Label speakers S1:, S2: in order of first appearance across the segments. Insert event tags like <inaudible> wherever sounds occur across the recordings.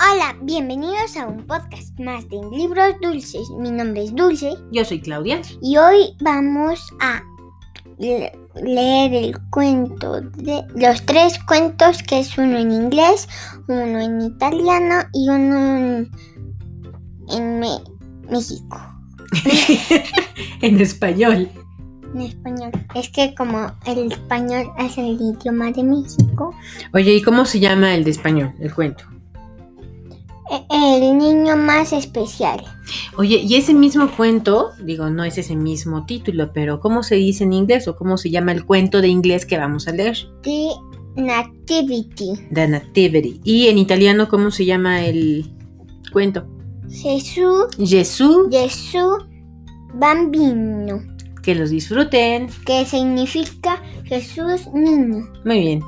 S1: Hola, bienvenidos a un podcast más de libros dulces. Mi nombre es Dulce
S2: Yo soy <laughs> Claudia.
S1: y hoy vamos a le- leer el cuento de los tres cuentos que es uno en inglés, uno en italiano y uno en, en Me- México,
S2: en español.
S1: en español. Es que como el español es el idioma de México,
S2: Oye, ¿y cómo se llama el de español, el cuento?
S1: e- el niño más especial.
S2: Oye, y ese mismo cuento, digo, no es ese mismo título, pero ¿cómo se dice en inglés o cómo se llama el cuento de inglés que vamos a leer?
S1: The Nativity.
S2: The Nativity. Y en italiano, ¿cómo se llama el cuento?
S1: Jesús
S2: Jesús,
S1: Jesús Bambino,
S2: que los disfruten.
S1: que significa Jesús niño.
S2: Muy bien.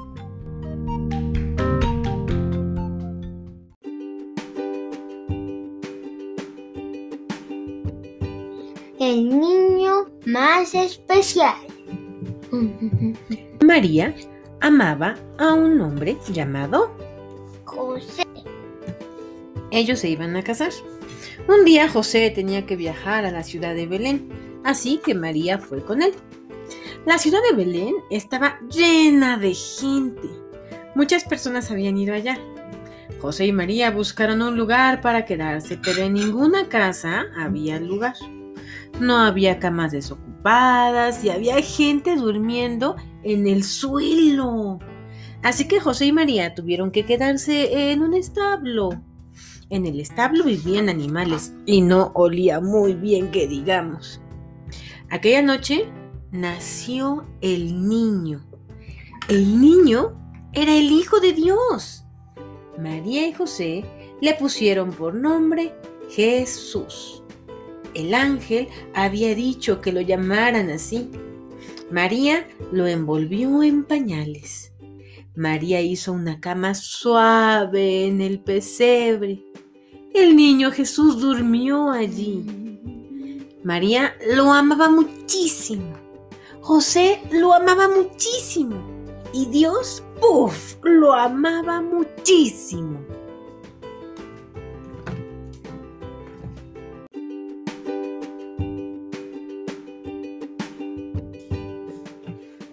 S1: El niño más especial. <laughs>
S2: María amaba a un hombre llamado
S1: José
S2: Ellos se iban a casar. Un día José tenía que viajar a la ciudad de Belén, así que María fue con él. La ciudad de Belén estaba llena de gente. Muchas personas habían ido allá. José y María buscaron un lugar para quedarse, pero en ninguna casa había lugar. No había camas desocupadas y había gente durmiendo en el suelo. Así que José y María tuvieron que quedarse en un establo. En el establo vivían animales y no olía muy bien que digamos. Aquella noche nació el niño. El niño era el Hijo de Dios. María y José le pusieron por nombre Jesús. El ángel había dicho que lo llamaran así. María lo envolvió en pañales. María hizo una cama suave en el pesebre. El niño Jesús durmió allí. María lo amaba muchísimo. José lo amaba muchísimo. Y Dios, ¡puf!, lo amaba muchísimo.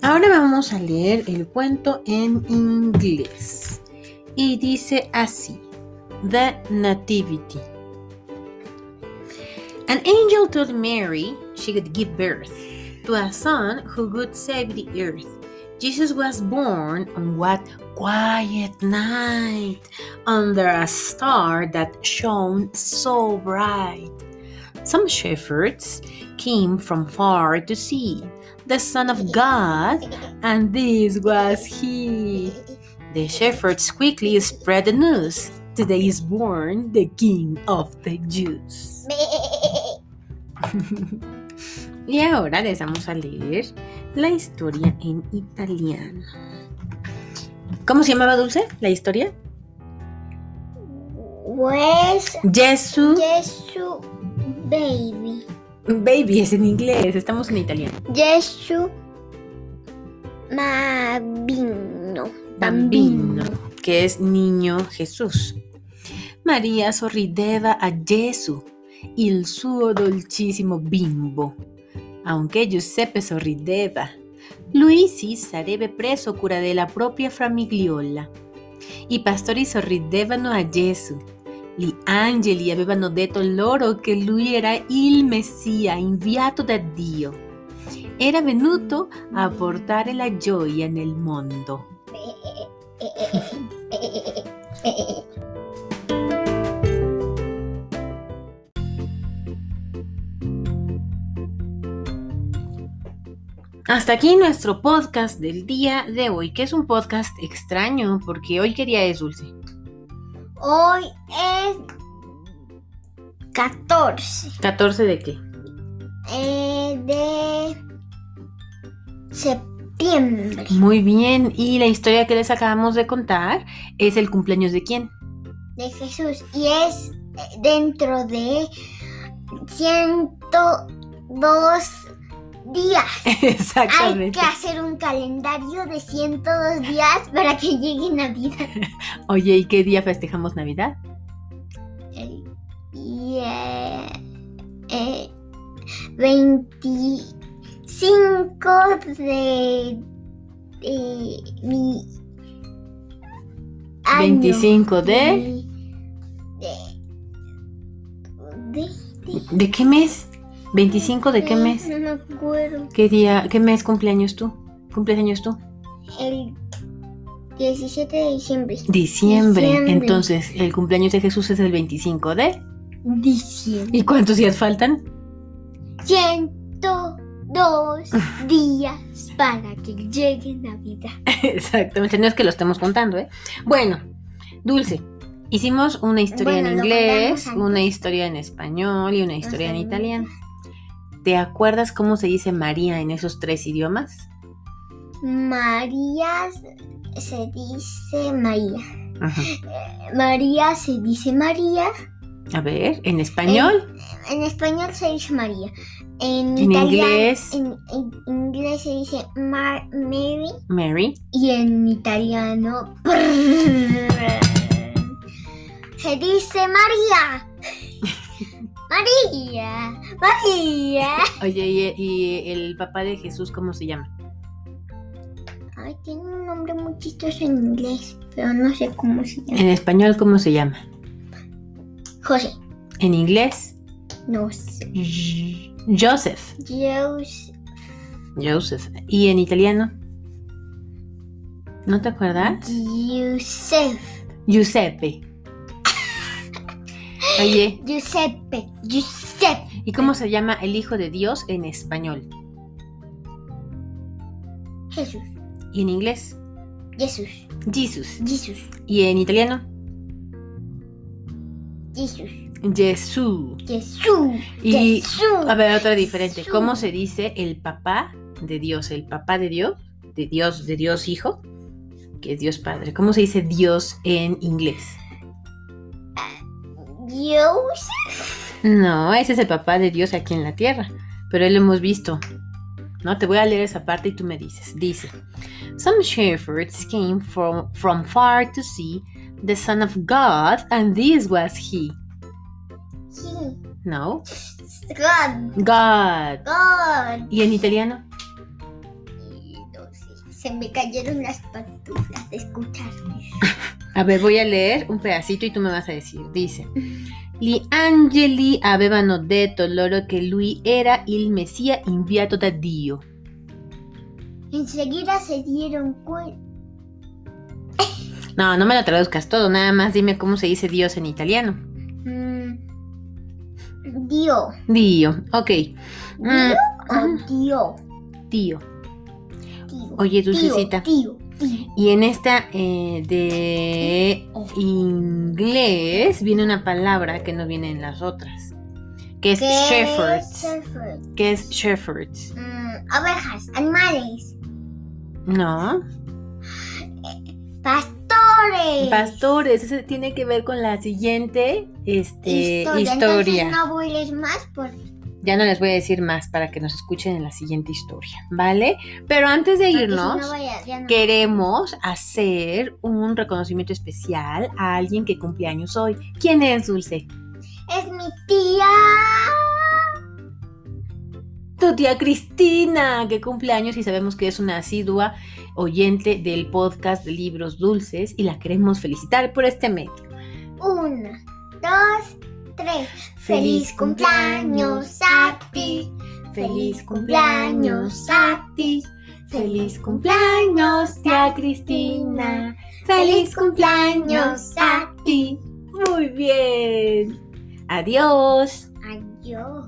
S2: Ahora vamos a leer el cuento en inglés. Y dice así. The Nativity. An angel told Mary she could give birth to a son who would save the earth. Jesus was born on what quiet night under a star that shone so bright. Some shepherds came from far to see the Son of God, and this was he. The shepherds quickly spread the news. Today is born the King of the Jews. y ahora les vamos a leer la historia en italiano. ¿Cómo se llamaba Dulce la historia?
S1: Pues
S2: Jesús.
S1: Jesús baby.
S2: Baby es en inglés, estamos en italiano.
S1: Jesús Bambino.
S2: Bambino, que es niño Jesús. Maria sorrideva a Gesù, il suo dolcissimo bimbo. Anche Giuseppe sorrideva. Lui si sarebbe preso cura della propria famigliola. I pastori sorridevano a Gesù. Gli angeli avevano detto loro che lui era il Messia inviato da Dio. Era venuto a portare la gioia nel mondo. Hasta aquí nuestro podcast del día de hoy, que es un podcast extraño porque hoy quería es dulce.
S1: Hoy es 14
S2: ¿14 de qué?
S1: eh, de septiembre.
S2: Muy bien, y la historia que les acabamos de contar es el cumpleaños de quién? <laughs>
S1: de Jesús y es eh, dentro de 102 días. Hay
S2: Exactamente.
S1: que hacer un calendario de 102 días para que llegue Navidad.
S2: Oye, ¿y qué día festejamos Navidad?
S1: eh, 25 de, de mi año.
S2: 25 de...
S1: Mi- de- de-
S2: ¿De qué mes? ¿25 de qué
S1: Mm.
S2: mes?
S1: No me acuerdo.
S2: ¿Qué día, qué mes cumpleaños tú? ¿Cumpleaños tú?
S1: El 17 de diciembre.
S2: Diciembre.
S1: Diciembre.
S2: Entonces, el cumpleaños de Jesús es el 25 de...
S1: Diciembre.
S2: ¿Y cuántos días faltan?
S1: 102 días para que llegue Navidad.
S2: Exactamente, no es que lo estemos contando, ¿eh? Bueno, Dulce, hicimos una historia
S1: Bueno,
S2: en
S1: lo
S2: inglés,
S1: contamos
S2: una historia en español y una historia en
S1: Español.
S2: italiano. ¿Te acuerdas cómo se dice María en esos tres idiomas?
S1: María s- se dice María.
S2: Ajá.
S1: María se dice María.
S2: A ver, en español,
S1: En español se dice María. En,
S2: En
S1: italiano-
S2: inglés.
S1: En, en inglés se dice Mar- Mary.
S2: Eh. Mary.
S1: Y en italiano. Se dice María. <laughs> María. María.
S2: Oye, ¿y, y el papá de Jesús cómo se llama?
S1: Ay, tiene un nombre muy chistoso en inglés, pero no sé cómo se llama.
S2: En español, ¿cómo se llama?
S1: José.
S2: En inglés,
S1: No sé.
S2: Joseph.
S1: Dios.
S2: Joseph. ¿Y en italiano? ¿No te acuerdas?
S1: Giuseppe.
S2: Giuseppe. Oye,
S1: Giuseppe. Giuseppe.
S2: ¿y cómo se llama el Hijo de Dios en español?
S1: Jesús.
S2: ¿Y en inglés?
S1: Jesús.
S2: Jesus.
S1: Jesús.
S2: ¿Y en italiano?
S1: Jesús.
S2: Jesús.
S1: Jesús.
S2: Y-
S1: Jesús.
S2: A ver, otra diferente.
S1: Jesús.
S2: ¿Cómo se dice el papá de Dios? El papá de Dios, de Dios, de Dios Hijo, que es Dios Padre. ¿Cómo se dice Dios en inglés?
S1: Dios.
S2: No, ese es el papá de Dios aquí en la tierra, pero él lo hemos visto. No, te voy a leer esa parte y tú me dices. Dice, Some shepherds came from, from far to see the Son of God, and this was he.
S1: Sí.
S2: No,
S1: God.
S2: God.
S1: God.
S2: ¿Y en italiano?
S1: Y no sé, Se me cayeron las pantuflas de escucharme.
S2: A ver, voy a leer un pedacito y tú me vas a decir. Dice, Gli angeli avevano detto loro che lui era il Messia inviato da Dio.
S1: Enseguida se dieron cuenta.
S2: No, no me lo traduzcas todo, nada más dime cómo se dice Dios en italiano.
S1: mm, Dio.
S2: Dio, ok. Mm,
S1: Dio o Dio.
S2: tío.
S1: Tío.
S2: Oye,
S1: Tío,
S2: Dulcecita.
S1: tío, tío.
S2: Y en esta eh, de inglés viene una palabra que no viene en las otras. Que es shepherd.
S1: Shepherd.
S2: Que es shepherd.
S1: Mm, ovejas, animales,
S2: No.
S1: pastores.
S2: Pastores. Eso tiene que ver con la siguiente este, historia.
S1: Entonces no vueles más porque
S2: Ya no les voy a decir más para que nos escuchen en la siguiente historia. ¿Vale? Pero antes de
S1: porque si
S2: irnos.
S1: no vaya- ya no-
S2: Queremos hacer un reconocimiento especial a alguien que cumple años hoy. ¿Quién es Dulce?
S1: Es mi tía.
S2: Tu tía Cristina, que cumple años y sabemos que es una asidua oyente del podcast de libros dulces y la queremos felicitar por este medio.
S1: Una, dos, tres. Feliz cumpleaños a ti. Feliz cumpleaños a ti.
S2: Feliz cumpleaños, tía Cristina. Feliz cumpleaños a ti. Muy bien. Adiós.
S1: Adiós.